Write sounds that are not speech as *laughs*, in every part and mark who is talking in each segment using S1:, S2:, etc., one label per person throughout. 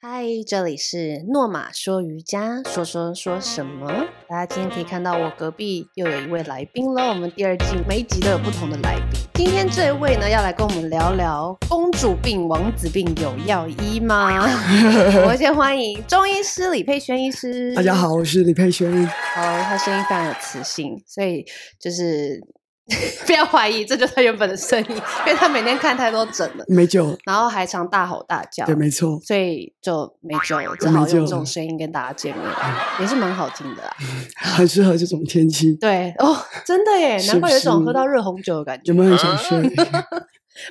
S1: 嗨，这里是诺玛说瑜伽，说说说什么？大家今天可以看到我隔壁又有一位来宾了。我们第二季每一集都有不同的来宾，今天这位呢要来跟我们聊聊公主病、王子病有药医吗？ *laughs* 我们先欢迎中医师李佩轩医师。
S2: 大家好，我是李佩轩。
S1: 好，他声音非常有磁性，所以就是 *laughs* 不要怀疑，这就是他原本的声音，因为他每天看太多诊了，
S2: 没酒，
S1: 然后还常大吼大叫。
S2: 对，没错，
S1: 所以就没救了，只
S2: 没
S1: 好
S2: 救
S1: 用这种
S2: 了哎
S1: 声音跟大家见面，也是蛮好听的啦。
S2: 很适合这种天气。
S1: 对哦，真的耶，
S2: *laughs* 是
S1: 难
S2: 不
S1: 怪有一种喝
S2: 是
S1: 到热红酒的感觉
S2: 有。没有很想睡？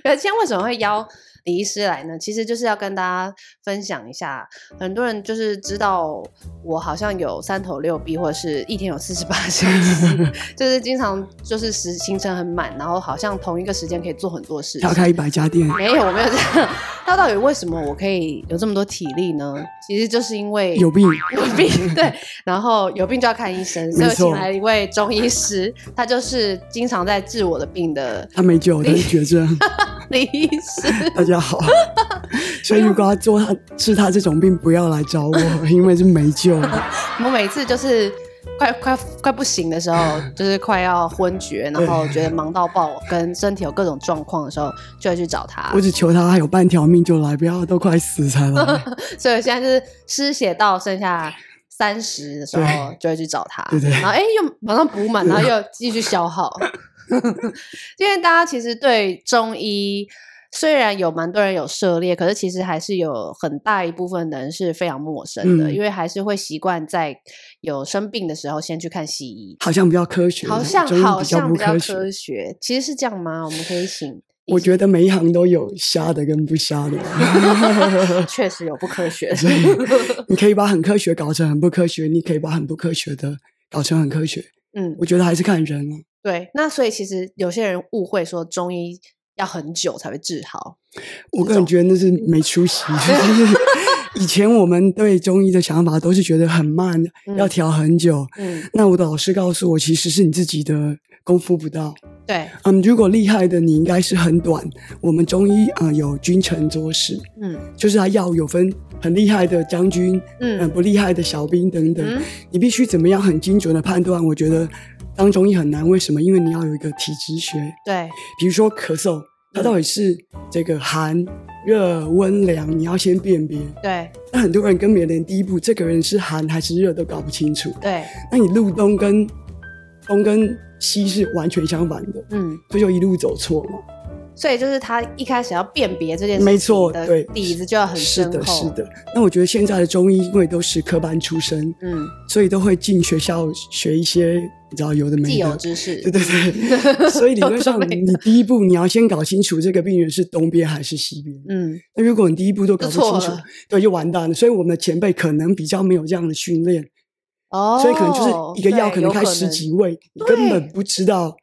S1: 那今天为什么会邀李医师来呢？其实就是要跟大家分享一下，很多人就是知道我好像有三头六臂，或者是一天有四十八 *laughs* 小时，就是经常就是时行程很满，然后好像同一个时间可以做很多事情
S2: 跳。开一百家店，
S1: 没有，我没有这样。 *laughs* 那到底为什么我可以有这么多体力呢？其实就是因为
S2: 有病。
S1: *laughs* 有病，对，然后有病就要看医生，所以
S2: 没
S1: 我请
S2: 错
S1: 来一位中医师，他就是经常在治我的病的 *laughs*
S2: 他没酒，他是绝症。
S1: 李医师。
S2: 大
S1: *laughs*
S2: 家好，所以如果要做他治他这种病，不要来找我，因为是没救了。
S1: 我每次就是快快快不行的时候，就是快要昏厥，然后觉得忙到爆，跟身体有各种状况的时候，就会去找他
S2: 我。只求他还有半条命就来，不要都快死才来。
S1: *laughs* 所以我现在就是失血到剩下。三十的时候就会去找他，
S2: 对对
S1: 然后哎、又马上补满，然后又继续消耗。 *laughs* 因为大家其实对中医虽然有蛮多人有涉猎，可是其实还是有很大一部分的人是非常陌生的，
S2: 嗯
S1: 因为还是会习惯在有生病的时候先去看西医，
S2: 好像比较科学，
S1: 好像
S2: 中医
S1: 好
S2: 比较
S1: 像
S2: 不
S1: 比较
S2: 科学。
S1: 科学，其实是这样吗？我们可以
S2: *laughs*
S1: 请。
S2: 我觉得每一行都有瞎的跟不瞎的，
S1: 确实有不科
S2: *laughs*
S1: 学的，
S2: 所以你可以把很科学搞成很不科学，你可以把很不科学的搞成很科学。
S1: 嗯，
S2: 我觉得还是看人啊。
S1: 对，那所以其实有些人误会说中医要很久才会治好，
S2: 我个人觉得那是没出息。就是以前我们对中医的想法都是觉得很慢，
S1: 嗯
S2: 要调很久。
S1: 嗯，
S2: 那我的老师告诉我，其实是你自己的功夫不到。
S1: 对，
S2: 嗯，如果厉害的你应该是很短。我们中医啊、呃有君臣佐使，
S1: 嗯
S2: 就是它药有分很厉害的将军，嗯、
S1: 嗯
S2: 不厉害的小兵等等。
S1: 嗯
S2: 你必须怎么样很精准的判断？我觉得当中医很难，为什么？因为你要有一个体质学。
S1: 对，
S2: 比如说咳嗽，它到底是这个寒、热、温、凉，你要先辨别。
S1: 对，
S2: 那很多人跟别人第一步，这个人是寒还是热都搞不清楚。
S1: 对，
S2: 那你路东跟东跟西是完全相反的，
S1: 嗯，
S2: 所以就一路走错嘛。
S1: 所以就是他一开始要辨别这件事
S2: 没
S1: 情
S2: 错
S1: 的
S2: 对
S1: 底子就要很
S2: 是
S1: 深
S2: 的，
S1: 厚，
S2: 是，的。那我觉得现在的中医因为都是科班出身，
S1: 嗯，
S2: 所以都会进学校学一些你知道有的没的。
S1: 既有知识，
S2: 对对 *laughs* 对，所以理论上
S1: 有的没
S2: 你第一步你要先搞清楚这个病人是东边还是西边。
S1: *laughs* 嗯，
S2: 那如果你第一步都搞
S1: 就
S2: 不
S1: 错
S2: 清楚
S1: 了，
S2: 对，就完蛋了。所以我们的前辈可能比较没有这样的训练，
S1: 哦，
S2: 所以可能就是一个药可能开十几
S1: 级，
S2: 味，你根本
S1: 对
S2: 不知道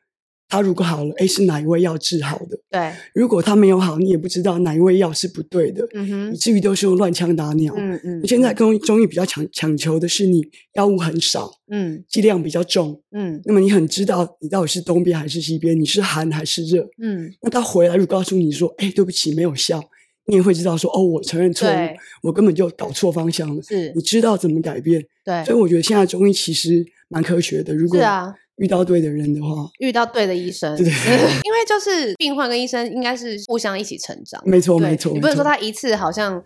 S2: 他如果好了，哎，是哪一味药治好的；
S1: 对，
S2: 如果他没有好，你也不知道哪一味药是不对的，
S1: 嗯
S2: 以
S1: 哼，
S2: 至于都是用乱枪打鸟。
S1: 嗯嗯，
S2: 现在中中医比较强强求的是你药物很少，
S1: 嗯
S2: 剂量比较重，
S1: 嗯
S2: 那么你很知道你到底是东边还是西边，你是寒还是热。
S1: 嗯，
S2: 那他回来如果告诉你说，哎，对不起，没有效，你也会知道说，哦，我承认错误
S1: 对，
S2: 我根本就搞错方向了。
S1: 是
S2: 你，知道怎么改变，
S1: 对，
S2: 所以我觉得现在中医其实蛮科学的。如
S1: 是
S2: 果
S1: 啊，
S2: 遇到对的人的话，
S1: 遇到对的医生，
S2: 对对对
S1: *laughs* 因为就是病患跟医生应该是互相一起成长。
S2: 没错
S1: 对，
S2: 嗯没错，
S1: 你不能说
S2: 没错。
S1: 他一次好像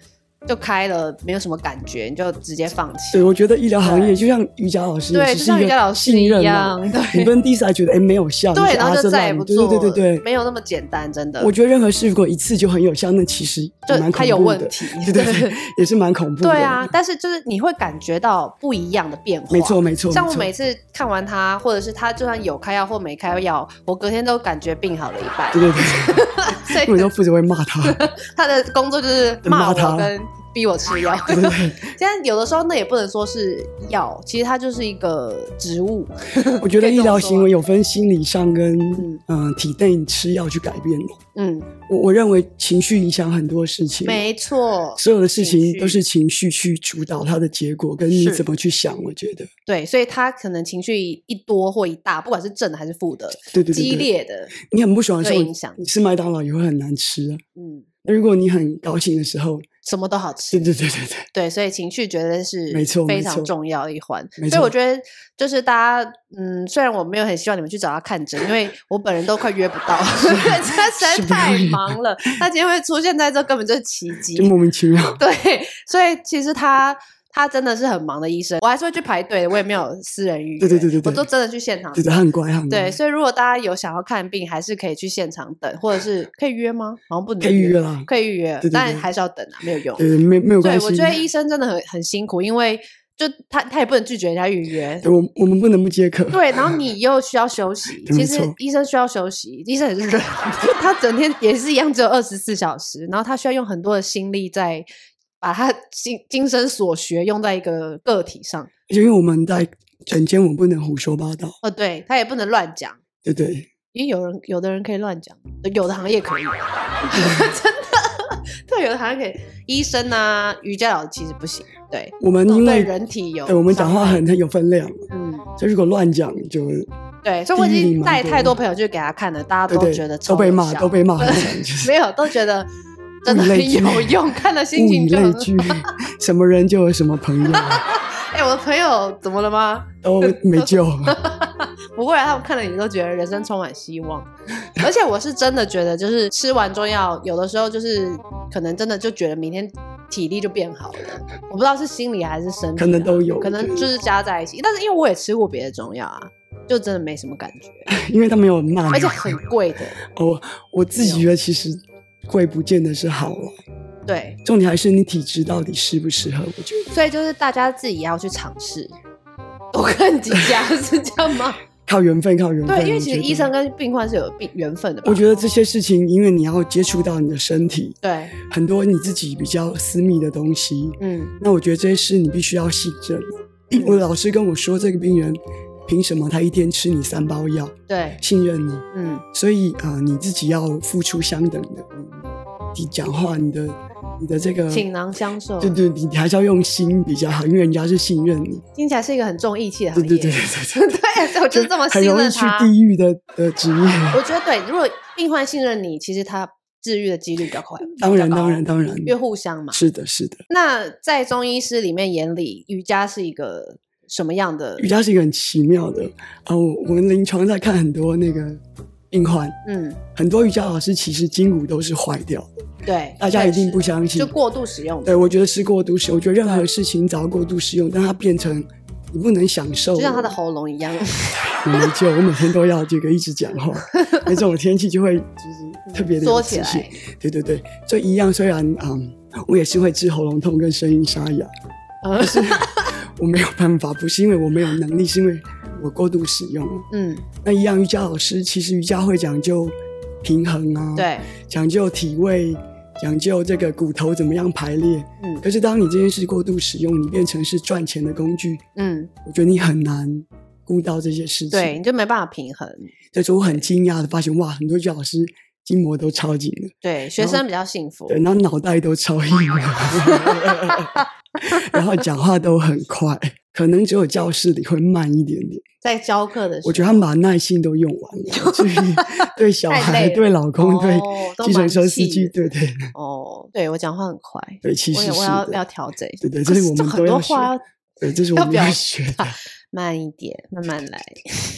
S1: 就开了，没有什么感觉，你就直接放弃
S2: 对，。我觉得医疗行
S1: 对
S2: 业就像瑜伽老师，
S1: 对，
S2: 也
S1: 就是像
S2: 一
S1: 瑜伽老
S2: 个
S1: 师
S2: 信
S1: 一
S2: 任哦
S1: 样
S2: *laughs* 嘛。，你不
S1: 对
S2: 能第一次还觉得哎没有效，
S1: 对，
S2: 你
S1: 然
S2: 啊
S1: 后就
S2: 这
S1: 再也
S2: 烂
S1: 不
S2: 对
S1: 做了。
S2: 对对对对。
S1: 没有那么简单，真的。
S2: 我觉得任何事如果一次就很有效，那其实也
S1: 就
S2: 蛮
S1: 它
S2: 恐
S1: 有
S2: 怖
S1: 问
S2: 的，
S1: 题，
S2: *laughs* 对对对，也是蛮恐怖的。
S1: 对啊，，但是就是你会感觉到不一样的变化。
S2: 嗯没错没错。
S1: 像
S2: 没
S1: 我
S2: 错
S1: 每次看完他，或者是他就算有开药或没开药，我隔天都感觉病好了一半。
S2: 对对对，
S1: *laughs* 所 *laughs*
S2: 因为
S1: 以
S2: 都负责会骂他，
S1: *laughs* 他的工作就是骂
S2: 骂他
S1: 我跟逼我吃药。
S2: *laughs* 对对对。
S1: 现在有的时候那也不能说是药，其实它就是一个植物。
S2: *laughs* 我觉
S1: *laughs* 可
S2: 得
S1: 以这
S2: 医
S1: 么
S2: 疗
S1: 说
S2: 行为有分心理上跟
S1: 嗯
S2: 嗯、呃体内吃药去改变的。
S1: 嗯，
S2: 我我认为情绪影响很多事情，
S1: 没错，
S2: 所有的事
S1: 情绪
S2: 情都是情绪去主导它的结果，跟你
S1: 是
S2: 怎么去想。我觉得，
S1: 对，所以他可能情绪一多或一大，不管是正的还是负的，
S2: 对对
S1: 激
S2: 对对，
S1: 烈的，
S2: 你很不爽的时
S1: 会
S2: 候
S1: 影响，
S2: 你吃麦当劳也会很难吃啊。
S1: 嗯，
S2: 那如果你很高兴的时候，
S1: 什么都好吃
S2: 对。对对对对，
S1: 对，所以情绪绝对是
S2: 没错
S1: 非
S2: 没
S1: 常
S2: 错
S1: 重要的一环。所
S2: 没
S1: 以我
S2: 错
S1: 觉得就是大家，嗯，虽然我没有很希望你们去找他看诊，因为我本人都快约不到， *laughs* 因为他实在
S2: 是不
S1: 太
S2: 容易
S1: 忙了。他今天会出现在这，根本就是奇迹
S2: 就。莫名其妙。
S1: 对，所以其实他他真的是很忙的医生，我还是会去排队的，我也没有私人预约，
S2: 对对对对
S1: 我
S2: 对
S1: 都真的去现场
S2: 对。对，他很乖，他很
S1: 对，
S2: 乖
S1: 所以如果大家有想要看病，还是可以去现场等，或者
S2: *laughs*
S1: 是可以约吗？好像不能
S2: 可以预约啦。
S1: 可以预约
S2: 对，对
S1: 但
S2: 对
S1: 还是要等啊，没有用。
S2: 对对，没没有
S1: 对
S2: 关，系。
S1: 我觉得医生真的很很辛苦，因为就他他也不能拒绝人家预约，
S2: 对我我们不能不接客。
S1: *laughs* 对，然后你又需要休 *laughs* 息。其
S2: 对没
S1: 实
S2: 错
S1: 医生需要休息，医生也是人， *laughs* 他整天也是一样，只有二十四小时，然后他需要用很多的心力在把他精精神所学用在一个个体上。
S2: 而且因为我们在诊间，我们不能胡说八道。
S1: 哦，对他也不能乱讲，
S2: 对对，
S1: 因为有人有的人可以乱讲，有的行业 *laughs* 可以，真的。对，有的行业可以，医生啊，瑜伽老师其实不行。对，
S2: 我们因
S1: 哦对
S2: 为
S1: 人体有
S2: 对我们讲
S1: 伤
S2: 话
S1: 害
S2: 很很有分量，
S1: 嗯，
S2: 就如果乱讲就
S1: 对，所以我已
S2: 低迷
S1: 经带
S2: 蛮多
S1: 太
S2: 的
S1: 多朋友去给他看了，大家
S2: 对
S1: 都
S2: 对
S1: 觉得超
S2: 都被
S1: 有
S2: 骂
S1: 效
S2: 都被骂，
S1: 对
S2: 很惨就
S1: *laughs*
S2: 是
S1: 没有，都觉得真的
S2: 物以类
S1: 很
S2: 聚
S1: 有用， *laughs* 看了心
S2: 物
S1: 情
S2: 以
S1: 就
S2: 类
S1: *laughs* 很。
S2: 聚，什么人就有什么朋友，
S1: 哎、我的朋友怎么了吗？ *laughs*
S2: 都没救。
S1: 不会啊，他们看了你都觉得人生充满希
S2: *laughs*
S1: 望。而且我是真的觉得，就是吃完中药，有的时候就是可能真的就觉得明天体力就变好了。我不知道是心理还是身体啊、
S2: 可能都有
S1: 可能
S2: 对
S1: 就是加在一起。但是因为我也吃过别的中药啊，就真的没什么感
S2: *laughs*
S1: 觉，
S2: 因为他没有骂
S1: 而
S2: 你
S1: 且，很贵的。
S2: 我我自己觉得其实贵不见得是好了，
S1: 对，
S2: 重点还是你体质到底适不适合。我觉得
S1: 所以就是大家自己也要去尝试，多看几家 *laughs* 是这样吗？
S2: 靠缘分，靠缘分。
S1: 对，因为
S2: 我
S1: 其
S2: 觉
S1: 实
S2: 得
S1: 医生，跟病患是有病缘分的吧？
S2: 我觉得这些事情，因为你要接触到你的身体，
S1: 对，
S2: 很多你自己比较私密的东西，
S1: 嗯，
S2: 那我觉得这些事你必须要细证。我的老师跟我说，这个病人凭什么他一天吃你三包药，
S1: 对，
S2: 信任你？
S1: 嗯，
S2: 所以啊、呃你自己要付出相等的，你讲话，你的你的这个，
S1: 倾囊相授，
S2: 嗯对对，你你还是要用心比较好，因为人家是信任你，
S1: 听起来是一个很重义气的行
S2: 对
S1: 业。
S2: 对对对对
S1: *laughs*
S2: 对，
S1: 对所以我就是这么
S2: 很
S1: 信
S2: 容易
S1: 任
S2: 去
S1: 他。
S2: 地狱的的职业。
S1: 我觉得对，如果病患信任你，其实他治愈的几率比较快。
S2: 当然
S1: 比较高
S2: 当然当然，
S1: 越互相嘛。
S2: 是的是的，
S1: 那在中医师里面眼里，瑜伽是一个什么样的？
S2: 瑜伽是一个很奇妙的啊、我我们临床在看很多那个病患，
S1: 嗯，
S2: 很多瑜伽老师其实筋骨都是坏掉的，
S1: 对，
S2: 大家
S1: 确
S2: 一定
S1: 实
S2: 不相信
S1: 就过度使用的
S2: 对，我觉得是过度使用，我觉得任何事情只要过度使用，当它变成你不能享受，
S1: 就像他的喉咙一样。
S2: 我没救，我每天都要这个一直讲
S1: *laughs*
S2: 话，那这种天气就会就是 *laughs* 特别的
S1: 缩起来，
S2: 对对对，所以一样，虽然嗯，我也是会治喉咙痛跟声音沙哑，
S1: 呃
S2: 我没有办法，不是因为我没有能力，是因为我过度使用了。
S1: 嗯，
S2: 那一样，瑜伽老师其实瑜伽会讲究平衡啊，，
S1: 对，
S2: 讲究体位，讲究这个骨头怎么样排列。
S1: 嗯
S2: 可是当你这件事过度使用，你变成是赚钱的工具，
S1: 嗯，
S2: 我觉得你很难顾到这些事情。
S1: 对，你就没办法平衡。
S2: 这时候我很惊讶的发现，哇，很多教师筋膜都超紧的，
S1: 对，学
S2: 然后
S1: 生比较幸福。
S2: 对，然后脑袋都超硬了，然后讲话都很快，可能只有教室里会慢一点点。
S1: 在教课的时候，
S2: 我觉得他们把耐性都用完了，至于对小
S1: 太
S2: 孩、
S1: 累了
S2: 对老公、对
S1: 哦都
S2: 计程
S1: 蛮
S2: 车司
S1: 细
S2: 机，
S1: 的
S2: 对对 *laughs*
S1: 哦，对我讲话很快，
S2: 对，其
S1: 我
S2: 实
S1: 也
S2: 是
S1: 我要要
S2: 的。
S1: 调整一下。
S2: 对对，
S1: 可
S2: 这是
S1: 是
S2: 我
S1: 这
S2: 们
S1: 很
S2: 都
S1: 多
S2: 要学
S1: 话要
S2: 的，对，这是我
S1: 要
S2: 们要
S1: 表
S2: 学的。
S1: 慢一点，慢慢来。 *laughs*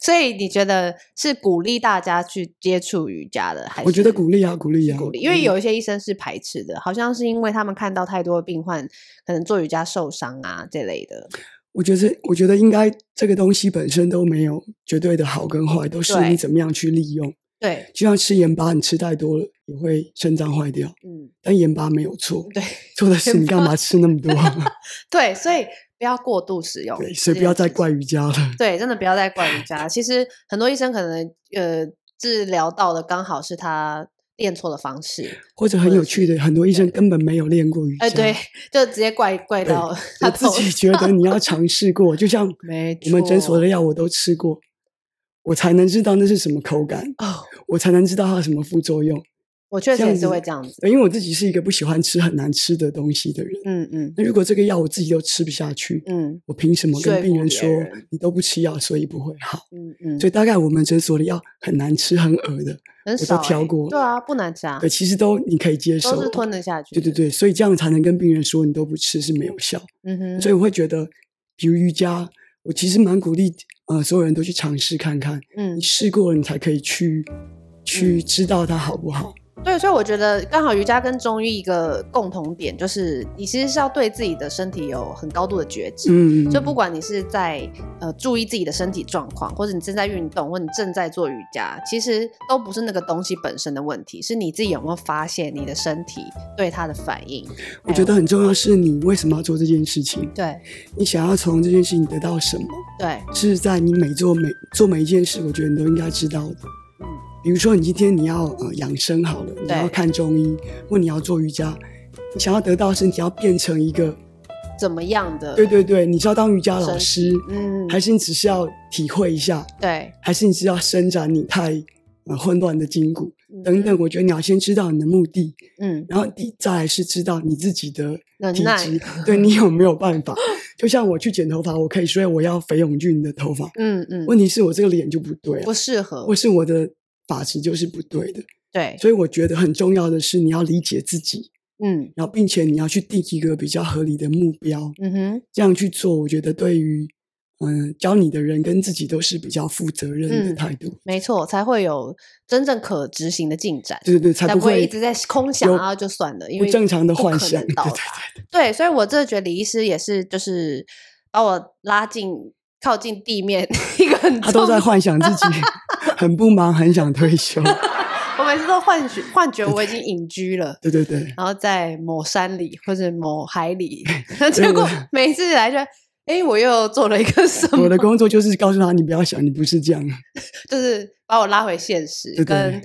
S1: 所以你觉得是鼓励大家去接触瑜伽的，还是
S2: 我觉得鼓励啊，鼓励
S1: 是
S2: 啊，
S1: 鼓励？因为有一些医生是排斥的，好像是因为他们看到太多的病患可能做瑜伽受伤啊这类的。
S2: 我觉得，我觉得应该这个东西本身都没有绝对的好跟坏，都是
S1: 对
S2: 你怎么样去利用。
S1: 对，
S2: 就像吃盐巴，你吃太多了也会肾脏坏掉，
S1: 嗯， *laughs*
S2: 但盐巴没有错，
S1: 对
S2: 错的是你干嘛吃那么多？啊
S1: 对，所以不要过度使用，
S2: *laughs* 对，所以不要再
S1: 怪。
S2: 怪瑜伽了。
S1: 对，真的不要再怪瑜伽。其实很多医生可能呃治疗到的刚好是他练错的方式，
S2: 或者很有趣的，很多医生根本没有练过瑜伽，
S1: 哎、对，就直接怪怪
S2: 对
S1: 到他
S2: 我自
S1: 头
S2: 己觉得
S1: *laughs*
S2: 你要尝试过，就像
S1: 没
S2: 我们诊所
S1: 错
S2: 的药我都吃过，我才能知道那是什么口感，
S1: 哦，
S2: 我才能知道它有什么副作用。
S1: 我确实
S2: 这样
S1: 也是
S2: 子
S1: 会这样子。
S2: 因为我自己是一个不喜欢吃很难吃的东西的人。
S1: 嗯嗯
S2: 那如果这个药我自己都吃不下去，
S1: 嗯
S2: 我凭什么
S1: 说
S2: 跟病
S1: 服
S2: 人
S1: 别
S2: 说
S1: 人
S2: 你都不吃药，所以不会好？
S1: 嗯嗯，
S2: 所以大概我们诊所的药很难吃、很恶的，
S1: 很
S2: 我都
S1: 少欸
S2: 挑过
S1: 对啊，不难吃啊
S2: 对，，其实都你可以接受，
S1: 都是吞得下去。
S2: 对对，对，所以这样才能跟病人说你都不吃是没有效。
S1: 嗯哼，
S2: 所以我会觉得，比如瑜伽，我其实蛮鼓励呃所有人都去尝试看看，
S1: 嗯
S2: 你，试过了你才可以去去知道它好不好。
S1: 对，所以我觉得刚好瑜伽跟中医一个共同点就是，你其实是要对自己的身体有很高度的觉知。
S2: 嗯，
S1: 就不管你是在呃注意自己的身体状况，或者你正在运动，或者你正在做瑜伽，其实都不是那个东西本身的问题，是你自己有没有发现你的身体对它的反应。
S2: 我觉得很重要是你为什么要做这件事情，
S1: 对
S2: 你想要从这件事情得到什么，
S1: 对，
S2: 是在你每做每做每一件事，我觉得你都应该知道的。
S1: 嗯
S2: 比如说，你今天你要呃养生好了，你
S1: 对
S2: 要看中医，或你要做瑜伽，你想要得到是你要变成一个，
S1: 怎么样的？
S2: 对对对，你是要当瑜伽老师，
S1: 嗯，
S2: 还是你只是要体会一下，
S1: 对，
S2: 还是你是要伸展你太呃混乱的筋骨
S1: 嗯
S2: 等等？我觉得你要先知道你的目的，
S1: 嗯，
S2: 然后第再来是知道你自己的
S1: 能
S2: 体
S1: 耐 *laughs*
S2: 质，对你有没有办法？就像我去剪头发，我可以说我要肥永俊的头发，
S1: 嗯嗯，
S2: 问题是我这个脸就不对、啊
S1: 不，适合
S2: 或，是我的发质就是不对的。
S1: 对，
S2: 所以我觉得很重要的是你要理解自己，
S1: 嗯
S2: 然后并且你要去定一个比较合理的目标，
S1: 嗯哼，
S2: 这样去做，我觉得对于嗯教你的人跟自己都是比较负责任的
S1: 嗯
S2: 态度。
S1: 没错，才会有真正可执行的进展。
S2: 对对对，才
S1: 才不
S2: 会
S1: 会一直在空想
S2: 有
S1: 啊，就算了，因
S2: 不
S1: 为
S2: 正常的
S1: 不可
S2: 幻
S1: 能
S2: 想。对
S1: 到
S2: 对
S1: 达对，所以我真的觉得李医师也是，就是把我拉近、靠近地面 *laughs* 一个很
S2: 他都
S1: 重
S2: 在
S1: 要
S2: 幻想自己
S1: *laughs*
S2: 很不忙，很想退休。
S1: 我每次都幻觉，幻觉我已经隐居了。
S2: 对
S1: *laughs*
S2: 对对，
S1: 然后在某山里或者某海
S2: *laughs*
S1: 里， *laughs*
S2: 对
S1: 结果
S2: 我
S1: 每次来就，哎，我又做了一个什
S2: 我
S1: 么
S2: 的，工作就是告诉他，你不要想，你不是
S1: *laughs*
S2: 这样。
S1: 就是把我拉回现实，
S2: 对对
S1: 跟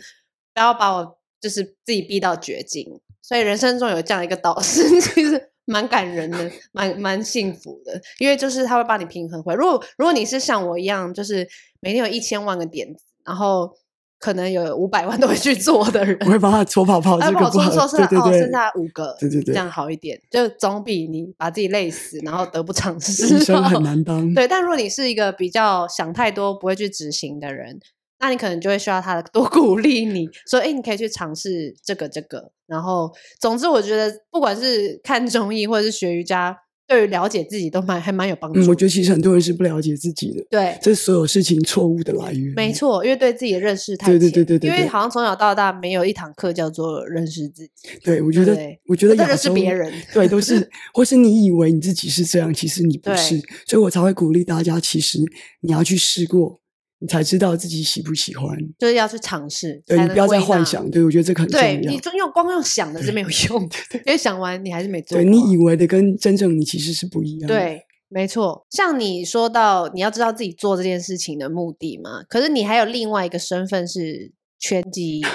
S1: 不要把我就是自己逼到绝境。所以人生中有这样一个导师， *laughs* 其实蛮感人的，蛮蛮幸福的，因为就是他会帮你平衡回来。如果如果你是像我一样，就是每天有一千万个点子，然后可能有五百万都会去做的人，
S2: 我会帮他搓泡泡，
S1: 哎
S2: 这
S1: 不好
S2: 个
S1: 说
S2: 不好
S1: 说。是
S2: 对对
S1: 哦，
S2: 对
S1: 剩，下五个，
S2: 对对
S1: 这
S2: 对，
S1: 样好一点，就总比你把自己累死，然后得不偿失
S2: 医生
S1: 好
S2: 很难当。
S1: 哦 *laughs* 对，但如果你是一个比较想太多、不会去执行的人，那你可能就会需要他 *laughs* 多鼓励你，说：“哎、你可以去尝试这个、这个。”然后，总之，我觉得不管是看中医或者是学瑜伽，对于了解自己都蛮还蛮有帮助的、
S2: 嗯，我觉得其实很多人是不了解自己的，
S1: 对，
S2: 这是所有事情错误的来源。
S1: 没错，因为对自己的认识太
S2: 对对
S1: 浅
S2: 对对对
S1: 因为
S2: 对
S1: 好像从小到大没有一堂课叫做认识自己，
S2: 对，我觉得
S1: 对，
S2: 我觉得
S1: 或者
S2: 亚
S1: 认识
S2: 洲
S1: 别人
S2: 对，
S1: *laughs*
S2: 都是，或是你以为你自己是这样，其实你不
S1: 对
S2: 是，所以我才会鼓励大家，其实你要去试过，你才知道自己喜不喜欢。
S1: 就是要去尝试，
S2: 对
S1: 才
S2: 你
S1: 能
S2: 不要
S1: 归
S2: 再幻
S1: 纳。
S2: 想，对我觉得这个很重
S1: 对你
S2: 要。
S1: 就用光用想的是没有用 *laughs* 的，因为想完你还是没做
S2: 对
S1: 过。
S2: 你以为的跟真正你其实是不一样的。
S1: 对，没错。像你说到你要知道自己做这件事情的目的嘛，可是你还有另外一个身份是拳
S2: *laughs*
S1: 击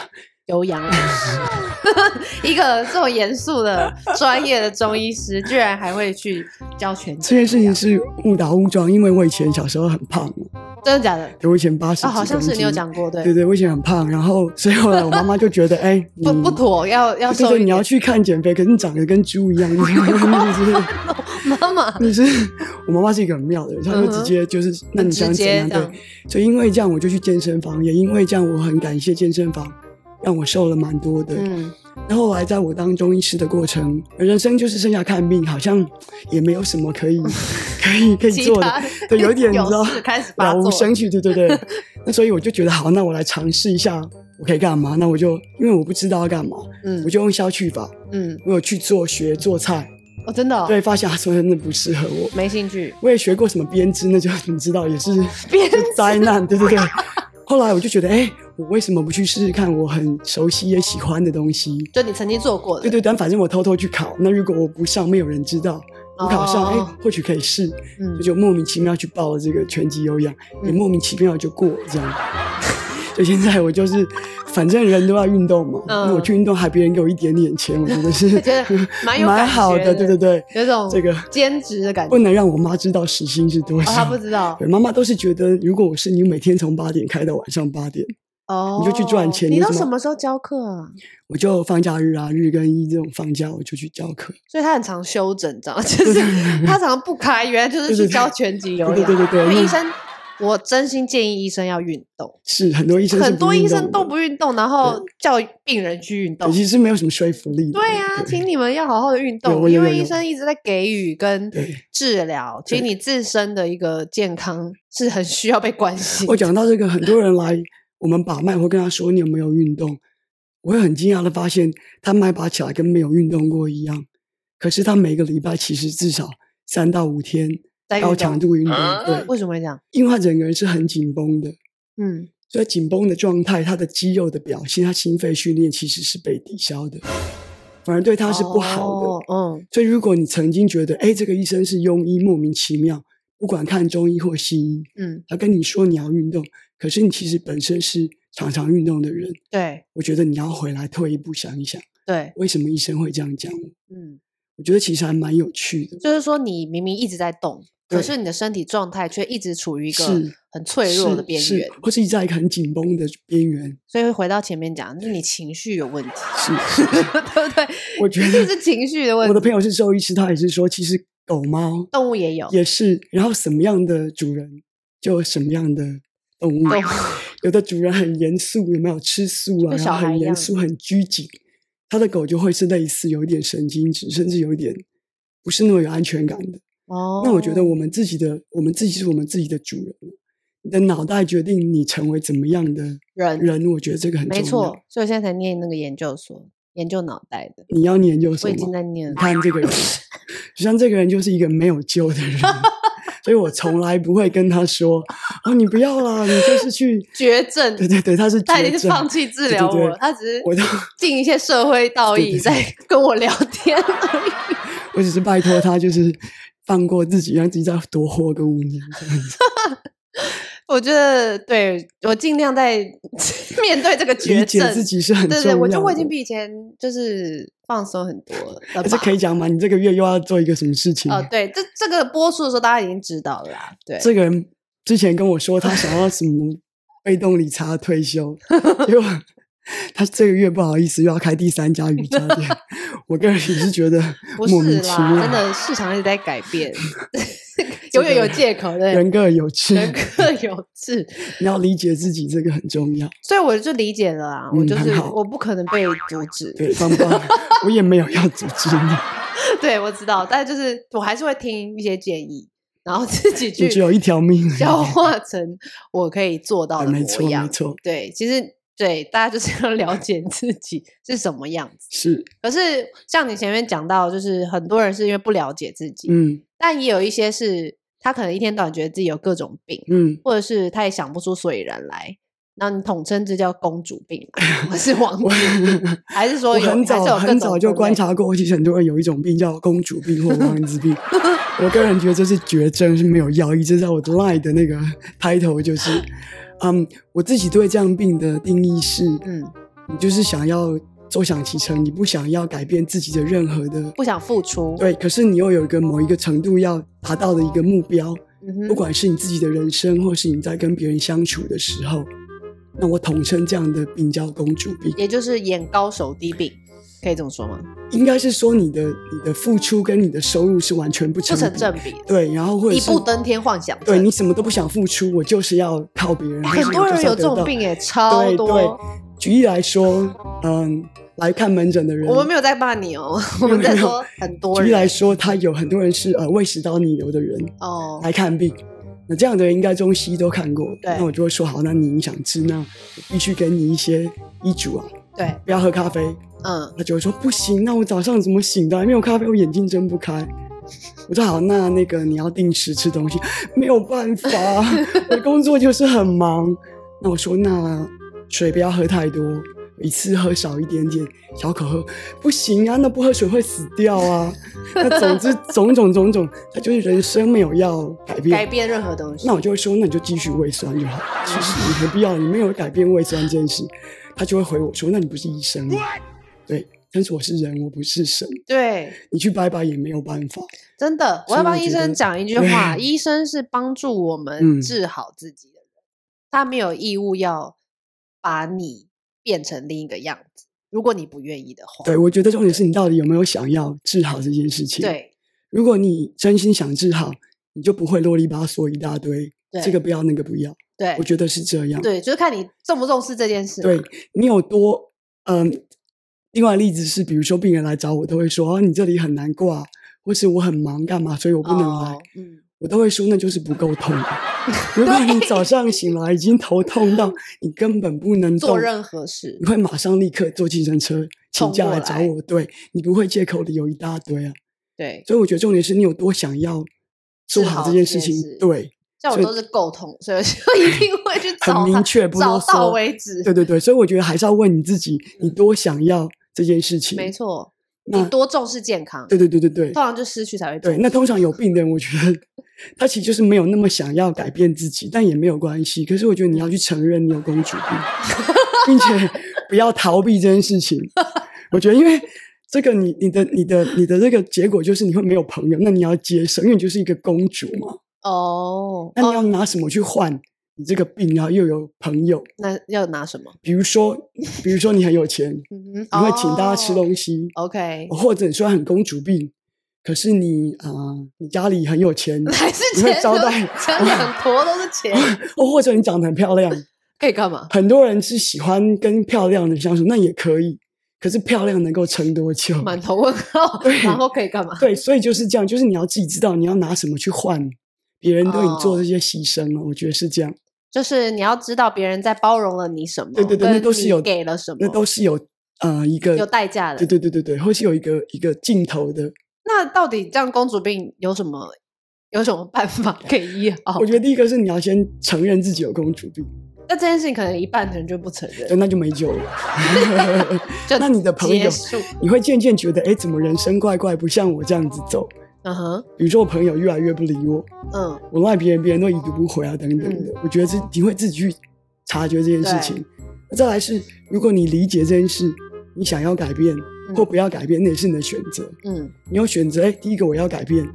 S1: 有氧老师，一个这么严肃
S2: *laughs*
S1: 的专业的中医师，居然还会去教拳击
S2: 这件事
S1: 有
S2: 情
S1: 氧，
S2: 是误打误撞，因为我以前小时候很胖嘛，
S1: 真的假的？
S2: 对我以前八十、
S1: 哦，好像是你有讲。过，对，
S2: 对对，我以前很胖，然后所以后来我妈妈
S1: *laughs*
S2: 就觉得，哎、
S1: 不
S2: 你
S1: 不妥，要要
S2: 对
S1: 瘦
S2: 对，
S1: 一
S2: 你要
S1: 点。
S2: 去看减肥，可是你长得跟猪一样，你 *laughs* 你
S1: 妈
S2: *laughs*
S1: 妈，
S2: 是你是，我妈妈是一个很妙的人，她会直接就是，那
S1: 嗯很
S2: 你
S1: 直
S2: 想怎
S1: 接
S2: 样？
S1: 这样
S2: 对，，所以因为这样我就去健身房，也因为这样我很感谢健身房，让我瘦了蛮多的。
S1: 嗯，
S2: 然后来在我当中医师的过程，人生就是剩下看病，好像也没有什么可
S1: *laughs*
S2: 以可以可以
S1: 其
S2: 做
S1: 他
S2: 的， *laughs* 对，有一点你
S1: 有
S2: 知道
S1: 事开始发
S2: 了无
S1: 作
S2: 生趣，对对对。
S1: *laughs*
S2: 那所以我就觉得好，那我来尝试一下我可以干嘛？那我就因为我不知道要干嘛，
S1: 嗯
S2: 我就用消去法，
S1: 嗯，
S2: 我有去做学做菜，
S1: 哦，真的、哦，
S2: 对，发现啊，说真的不适合我。
S1: 没兴趣，
S2: 我也学过什么编织，那就你知道也是
S1: 编织
S2: 是灾难，对对对。后来我就觉得，哎、我为什么不去试试看我很熟悉也喜欢的东西？
S1: 就你曾经做过的，
S2: 对对，但反正我偷偷去考，那如果我不上，没有人知道。我考上，哎、
S1: 哦
S2: 或许可以试，
S1: 嗯
S2: 就就莫名其妙去报了这个拳击有氧，也
S1: 嗯
S2: 莫名其妙就过了这样。 *laughs* 所以现在我就是，反正人都要运动嘛，那、我
S1: 嗯
S2: 去运动还别人给我一点点钱，我觉得是
S1: *laughs* 觉得蛮有感
S2: 好
S1: 觉
S2: 的，
S1: 的
S2: 对对对，
S1: 有种
S2: 这个
S1: 兼职的感觉
S2: 不，能让我妈知道时薪是多
S1: 哦，他
S2: 少。
S1: 不知道
S2: 对，妈妈都是觉得，如果我是你，每天从八点开到晚上八点，
S1: 哦，
S2: 你就去赚钱
S1: 你
S2: 有
S1: 到
S2: 什么
S1: 什么时候教课啊？
S2: 我就放假日啊，日跟一这种放假我就去教课。
S1: 所以他很常休整，你知道
S2: *laughs*
S1: 吗？就是他常常不开，原来就是去
S2: 对对对
S1: 教拳击有氧。
S2: 对对对对对
S1: 因为
S2: 那
S1: 医生，我真心建议医生要运动，
S2: 是很多医生是
S1: 很多
S2: 不运
S1: 医
S2: 动
S1: 生
S2: 的
S1: 都不运动，然后叫病人去运动
S2: 对。其实没有什么说服力的。
S1: 对啊，请你们要好好的运
S2: 有
S1: 动，
S2: 有
S1: 因
S2: 有
S1: 为
S2: 有
S1: 医生一直在给予跟
S2: 对
S1: 治疗，其实
S2: 对
S1: 你自身的一个健康是很需要被关心。
S2: 我讲到这个，很多人来我们把脉，我会跟他说你有没有运动，我会很惊讶的发现他脉把起来跟没有运动过一样。可是他每个礼拜其实至少三到五天
S1: 在运
S2: 高
S1: 动
S2: 强度运动，
S3: 啊
S2: 对，
S1: 为什么会这样？
S2: 因为他整个人是很紧绷的，
S1: 嗯，
S2: 所以紧绷的状态，他的肌肉的表现，他心肺训练其实是被抵消的，反而对他是不好的。
S1: 哦嗯，
S2: 所以，如果你曾经觉得，哎，这个医生是庸医，莫名其妙，不管看中医或西医，
S1: 嗯，
S2: 他跟你说你要运动，可是你其实本身是常常运动的人，
S1: 对
S2: 我觉得你要回来退一步想一想，
S1: 对，
S2: 为什么医生会这样讲我？
S1: 嗯。
S2: 我觉得其实还蛮有趣的。
S1: 就是说你明明一直在动，可
S2: 对
S1: 是你的身体状态却一直处于一个
S2: 是
S1: 很脆弱的
S2: 是
S1: 边
S2: 是
S1: 缘，
S2: 或是在一个很紧绷的边
S1: *laughs*
S2: 缘，
S1: 所以会回到前面讲，就是你情绪有问题，
S2: 是是
S1: *laughs* 对不对？
S2: 我觉
S1: 一
S2: 得
S1: 定是情绪的问题。
S2: 我的朋友是兽医师，他也是说，其实狗猫
S1: 动物也有
S2: 也是，然后什么样的主人就有什么样的动物。
S1: 动物
S2: 有的主人很严肃，有没有吃素啊？
S1: 哎跟
S2: 然
S1: 小
S2: 后
S1: 孩
S2: 很
S1: 一样
S2: 严肃，很拘谨。他的狗就会是类似有一点神经质，甚至有一点不是那么有安全感的。
S1: 哦，
S2: 那我觉得我们自己的，我们自己是我们自己的主人。你的脑袋决定你成为怎么样的
S1: 人
S2: 人，我觉得这个很重
S1: 没
S2: 要。
S1: 错，，所以我现在才念那个研究所，研究脑袋的，
S2: 你要研究什
S1: 我
S2: 么？
S1: 已经在念
S2: 你
S1: 了。
S2: 看这个人， *laughs* 就像这个人就是一个没有救的人，
S1: *laughs*
S2: 所以我从来不会跟他说：“哦，你不要啦，你就是去……
S1: *laughs* 绝症，
S2: 对对对，他是
S1: 他已
S2: 绝
S1: 经是
S2: 症
S1: 放弃治
S2: 对对
S1: 疗我
S2: 对
S1: 了，他只是
S2: 我都
S1: 尽一些社会道
S2: 对
S1: 义
S2: 对
S1: 在 *laughs* 跟我聊天而已。
S2: 我只是拜托他，就是放过自己，让自己再多活个五年这样子。
S1: 我觉得对我尽量在 *laughs* 面对这个绝
S2: 理解
S1: 症，
S2: 自己是很重
S1: 对
S2: 要
S1: 对，
S2: 的。
S1: 我觉得我已经比以前就是放松很多
S2: *laughs*
S1: 了吧。
S2: 而且可以讲吗？你这个月又要做一个什么事情？
S1: 哦，对，这这个播出的时候大家已经知道了啦。对，
S2: 这个人之前跟我说他想要什么被动理财退
S1: *laughs*
S2: 休，结果他这个月不好意思又要开第三家瑜伽店。
S1: *laughs*
S2: 我个人也是觉得
S1: 不
S2: 莫名
S1: 是
S2: 其
S1: 啦，
S2: 妙，
S1: 真的市场一直在改
S2: *laughs*
S1: 变，永远有借口对
S2: 人各有志，
S1: 人各有志，
S2: *laughs* 你要理解自己，这个很重要。
S1: *laughs* 所以我就理解了啊，我
S2: 嗯
S1: 就
S2: 很
S1: 是
S2: 好
S1: 我不可能被阻止，
S2: 对，棒棒，我也没有要阻止你，
S1: *laughs* 对我知道，但就是我还是会听一些建议，然后自己去
S2: *laughs* 你只有一条命
S1: *laughs*
S2: 而已。
S1: 消化成我可以做到
S2: 啊
S1: 的
S2: 没
S1: 模
S2: 错，没
S1: 样。
S2: 错，
S1: 对，其实对大家就是要 *laughs* 了解自己是什么样子。
S2: 是，
S1: 可是像你前面讲到，就是很多人是因为不了解自己，
S2: 嗯
S1: 但也有一些是他可能一天到晚觉得自己有各种病，
S2: 嗯，
S1: 或者是他也想不出所以然来。那你统称这叫公主病嘛， *laughs* 还是王子
S2: 我 *laughs*
S1: 病，还是说
S2: 我
S1: 有
S2: 很早
S1: 还是有各
S2: 很
S1: 种
S2: 早就
S1: 分
S2: 观
S1: 类
S2: 察过，其实很多人有一种病叫公主病或王子
S1: *laughs*
S2: 病。我个人觉得这是绝症，是没有药医。这在我的 line 的那个 *laughs* title 就是， *laughs* 嗯，我自己对这样病的定义是，
S1: 嗯，
S2: 你就是想要坐享其成，你不想要改变自己的任何的，
S1: 不想付出，
S2: 对，可是你又有一个某一个程度要达到的一个目标，
S1: 嗯哼，
S2: 不管是你自己的人生，或是你在跟别人相处的时候，那我统称这样的病叫公主病。
S1: 也就是眼高手低病，可以这么说吗？
S2: 应该是说你的你的付出跟你的收入是完全不
S1: 不
S2: 成
S1: 成
S2: 比
S1: 正比，
S2: 对，然后或者
S1: 一
S2: 是
S1: 步登天幻想
S2: 对
S1: 症
S2: 你什么都不想付出，我就是要靠别人。
S1: *laughs* 很多人有这种病
S2: 哎，
S1: 哎，超
S2: 对
S1: 多。
S2: 对。举例来说，嗯，来看门诊的人，
S1: 我们没有在骂你
S2: *laughs*
S1: 哦，我们在说很多
S2: 举例来
S1: 人
S2: 说，他有很多人是呃胃食道逆流的人
S1: 哦，
S2: 来看病。那这样的人应该中西医都看过，
S1: 对
S2: 那我就会说好，那你你想吃，那我必须给你一些医嘱啊，
S1: 对，
S2: 不要喝咖啡，
S1: 嗯，
S2: 他就会说不行，那我早上怎么醒的？没有咖啡，我眼睛睁不开。我说好，那那个你要定时吃东西，没有办 *laughs* 法，我的工作就是很忙。那我说那水不要喝太多，一次喝少一点点，小口喝。不行啊，那不喝水会死掉啊。那总 *laughs* 之种种种种，他就是人生没有要改变。
S1: 改变任何东西
S2: 那，我就会说，那你就继续胃酸就好。其实你何必要？你没有改变胃酸这件事。他就会回我说，那你不是医生吗？对，但是我是人，我不是神，
S1: 对，
S2: 你去拜拜也没有办法。
S1: 真的，我
S2: 所以
S1: 要
S2: 我
S1: 帮医
S2: 觉得
S1: 生讲一句话：
S2: 对
S1: 医生是帮助我们
S2: 嗯
S1: 治好自己的人，他没有义务要把你变成另一个样子。如果你不愿意的话，
S2: 对，我觉得重点是你到底有没有想要治好这件事情。，
S1: 对
S2: 如果你真心想治好，你就不会啰里吧嗦一大堆，
S1: 对
S2: 这个不要那个不要。
S1: 对
S2: 我觉得是这样。
S1: 对，就是看你重不重视这件事嘛。
S2: 对你有多嗯，另外例子是，比如说病人来找我，都会说啊，你这里很难过啊，或是我很忙干嘛，所以我不能来。
S1: 哦嗯，
S2: 我都会说那就是不够痛。如果你早上醒来已经头痛到你根本不能
S1: 做
S2: 动，
S1: 任何事
S2: 你，会马上立刻坐计程车请
S1: 冲
S2: 假
S1: 过
S2: 来找
S1: 来
S2: 我，对你不会借口理由一大堆啊。
S1: 对，
S2: 所以我觉得重点是你有多想要
S1: 治
S2: 做好
S1: 好
S2: 这件
S1: 这
S2: 事
S1: 件
S2: 情，
S1: 事
S2: 对
S1: 像我
S2: 所以
S1: 都是沟通，所以我就一定会去
S2: 很
S1: 找
S2: 明
S1: 他
S2: 确不
S1: 找
S2: 啰
S1: 到
S2: 嗦
S1: 为止。
S2: 对对对，所以我觉得还是要问你自己，你多想要这件事情。
S1: 没错，
S2: 那
S1: 你多重视健康，
S2: 对对对对对
S1: 通常就失去才会重
S2: 对，
S1: 视。
S2: 那通常有病的人，我觉得他其实就是没有那么想要改变自己，但也没有关系。可是我觉得你要去承认你有公主病， *laughs* 并且不要逃避这件事情。我觉得，因为这个你你的你的你的这个结果就是你会没有朋友，那你要接受，因为你就是一个公主嘛。
S1: 哦，
S2: 那你要
S1: 哦，
S2: 拿什么去换你这个病，然后又有朋友？
S1: 那要拿什么？
S2: 比如说，比如说你很有钱，你
S1: 嗯哼，
S2: 会请大家吃哦
S1: 西。
S2: 东西，
S1: OK，，
S2: 或者你说很公主病，可是你啊、呃你家里很有钱
S1: *laughs* 还是
S2: 你会
S1: 钱
S2: 招
S1: 都
S2: 待 *laughs*
S1: 整两坨都是钱，
S2: 哦，或者你长得很漂亮，
S1: 可以干嘛？
S2: 很多人是喜欢跟漂亮的相处，那也可以。可是漂亮能够撑多久？
S1: 满头问号，
S2: 对
S1: 然后可以干嘛？
S2: 对，所以就是这样，就是你要自己知道你要拿什么去换别人对你做
S1: 哦
S2: 这些牺牲啊，我觉得是这样，
S1: 就是你要知道别人在包容了你什么，
S2: 对对对那
S1: 跟
S2: 都是
S1: 你
S2: 有
S1: 给了什么，
S2: 那都是有呃一个
S1: 有代价的。
S2: 对对对对对，或是有一个一个尽头的。
S1: 那到底这样公主病有什么有什么办法可以医好
S2: 我？觉得第一个是你要先承认自己有公主病，
S1: 那这件事情可能一半的人就不承认
S2: 对，，那就没救了。 *laughs*
S1: 就
S2: 嗯那你的朋
S1: 结
S2: 友
S1: 束。
S2: 你会渐渐觉得，哎，怎么人生怪怪，不像我这样子走？
S1: 嗯哼，
S2: 比如说我朋友越来越不理我，
S1: 嗯，
S2: 我赖别人，别人都已读不回啊，等等的。我觉得这你会自己去察觉这件事情。再来是，如果你理解这件事，你想要改变或不要改变，那也是你的选择。
S1: 嗯，
S2: 你要选择，哎，第一个我要改变，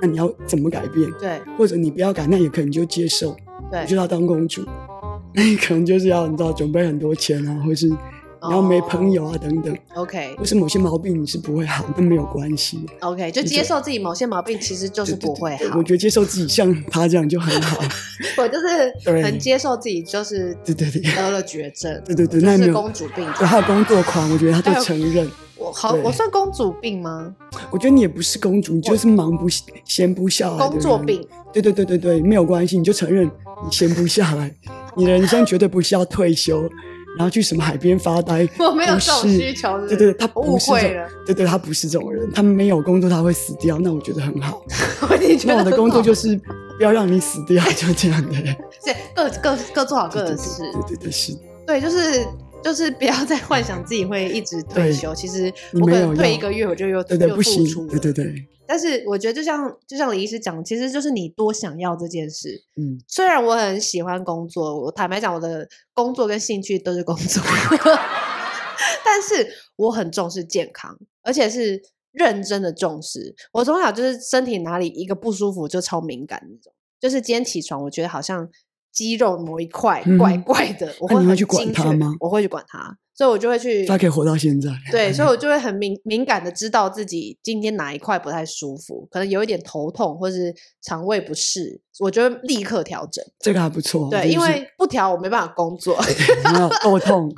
S2: 那你要怎么改变？
S1: 对
S2: 或者你不要改，那也可能你就接受，你就
S1: 对，
S2: 要当公主。 *laughs* 那你可能就是要你知道准备很多钱啊，或是你
S1: 哦
S2: 要没朋友啊等等，
S1: ，OK
S2: 或是某些毛病你是不会好，那没有关系。
S1: OK，就接受自己某些毛病，其实就是不会
S2: 对对对
S1: 好。
S2: 我觉得接受自己像他这样就很好。
S1: *laughs* 我就是
S2: 对
S1: 很接受自己，就是
S2: 对对对
S1: 得了绝症，
S2: 对对对，
S1: 就
S2: *laughs* 那也没
S1: 是
S2: 有。
S1: 公主病。
S2: 对，还有工作狂，我觉得他就承认。
S1: 我好，
S2: 对
S1: 我算公主病吗？
S2: 我觉得你也不是公主，你就是忙不闲不下来的人
S1: 工作。病，
S2: 哦对对对对对，没有关系，你就承认你闲不
S1: *laughs*
S2: 下来，你人生绝对不是要退休，然后去什么海边发呆。
S1: 我没有
S2: 不
S1: 这种
S2: 是
S1: 需求是不是
S2: 对对，他
S1: 我
S2: 不
S1: 误
S2: 是这
S1: 会
S2: 种
S1: 了。 *laughs*
S2: 对对，他不是这种人，他没有工作他会死掉，那我觉得很
S1: *laughs*
S2: 好。
S1: 我已经觉
S2: 那
S1: 得
S2: 我的
S1: 很
S2: 工作
S1: 好
S2: 就是不要让你死掉，就这
S1: *laughs*
S2: 样的人。
S1: 是各各各做好各
S2: 对对
S1: 的事
S2: 对，对对对，是。
S1: 对，就是就是不要再幻想自己会一直退
S2: 对
S1: 休。其实
S2: 你
S1: 我可
S2: 没
S1: 能
S2: 有
S1: 退
S2: 要
S1: 一个月我就又
S2: 对对
S1: 又
S2: 不行
S1: 付出，
S2: 对
S1: 了。
S2: 对对，
S1: 但是我觉得就像就像李医师讲，其实就是你多想要这件事。
S2: 嗯，
S1: 虽然我很喜欢工作，我坦白讲，我的工作跟兴趣都是工作， *laughs* 但是我很重视健康，而且是认真的重视。我从小就是身体哪里一个不舒服就超敏感那种，就是今天起床，我觉得好像肌肉某一块怪
S2: 嗯
S1: 怪的，我
S2: 那
S1: 会
S2: 你会
S1: 很
S2: 去管
S1: 精
S2: 它
S1: 确
S2: 吗
S1: 我会去管它，所以我就会去
S2: 他可以活到现在。
S1: 对，所以我就会很敏敏感的知道自己今天哪一块不太舒服，可能有一点头痛或是肠胃不适，我就会立刻调整。
S2: *laughs* 这个还不错。
S1: 对，因为不调我没办法工作，
S2: *laughs* 没有够
S1: *laughs*
S2: 痛。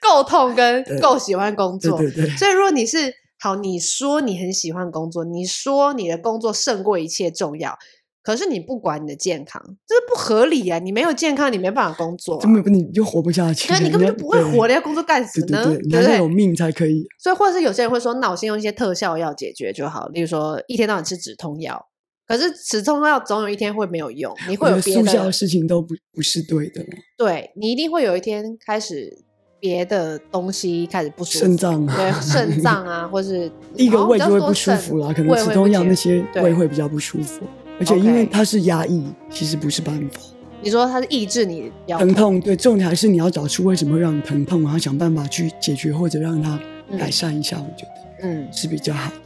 S1: 够痛跟
S2: 哎对
S1: 够喜欢工
S2: 对
S1: 作。
S2: 对对。
S1: 所以如果你是好，你说你很喜欢工作，你说你的工作胜过一切重要，可是你不管你的健康，这是不合理啊！你没有健康，你没办法工作、
S2: 根
S1: 啊。
S2: 本不，你就活不下去
S1: 对
S2: 了，
S1: 啊，你根本就不会活了，
S2: 的。
S1: 要工作干什
S2: 对
S1: 么呢？
S2: 对对，你还
S1: 不
S2: 是
S1: 对？
S2: 有命才可以。
S1: 所以，或者是有些人会说，那我先用一些特效药解决就好，例如说一天到晚吃止痛药，可是止痛药总有一天会没有用，你
S2: 我
S1: 会
S2: 觉
S1: 有
S2: 得
S1: 别
S2: 哦速效
S1: 的
S2: 的，事情都不不是对的，
S1: 对你一定会有一天开始别的东西开始不舒服，
S2: 肾脏 *laughs* 啊，
S1: 对肾脏
S2: *laughs*
S1: 啊，或是
S2: 第一个胃就会
S1: 好
S2: 不舒
S1: 像比较多
S2: 服啦，
S1: 肾
S2: 可能
S1: 胃
S2: 止
S1: 会
S2: 痛
S1: 不
S2: 药
S1: 解
S2: 那些
S1: 对
S2: 胃会比较不舒服，而且因为
S1: OK
S2: 它是压抑，其实不是办法。
S1: 你说它是抑制你腰
S2: 疼痛对，重点还是你要找出为什么会让你疼痛，然后想办法去解决或者让它改善一下，我觉得
S1: 嗯
S2: 是比较好的。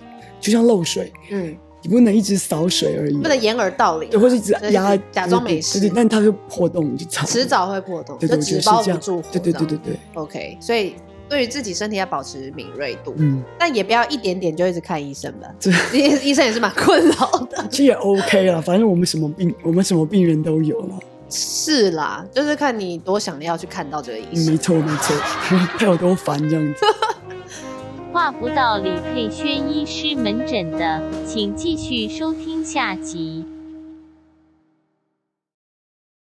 S2: 就像漏水，
S1: 嗯
S2: 你不能一直扫水而已，
S1: 不能掩耳盗铃啊，
S2: 嗯对，或是一直
S1: 就是
S2: 压
S1: 假装没
S2: 对
S1: 事
S2: 对，，但它会破洞，就长
S1: 迟早会破洞，
S2: 对
S1: 就
S2: 对，我觉
S1: 纸
S2: 得是
S1: 包
S2: 这
S1: 不
S2: 样
S1: 住火。
S2: 对对对
S1: 这
S2: 对
S1: 样
S2: 对，
S1: ，OK，所以。对于自己身体要保持敏锐度，
S2: 嗯，
S1: 但也不要一点点就一直看医生吧
S2: 对，
S1: 医医生也是蛮困扰的。
S2: 其实也 OK 啦，反正我们什么病，我们什么病人都
S1: *laughs*
S2: 有啦。
S1: 是啦，就是看你多想要去看到这个医
S2: 嗯
S1: 生。
S2: 没错没错， *laughs* 他有多烦这样子。
S3: 画不到李佩轩医师门诊的，请继续收听下集。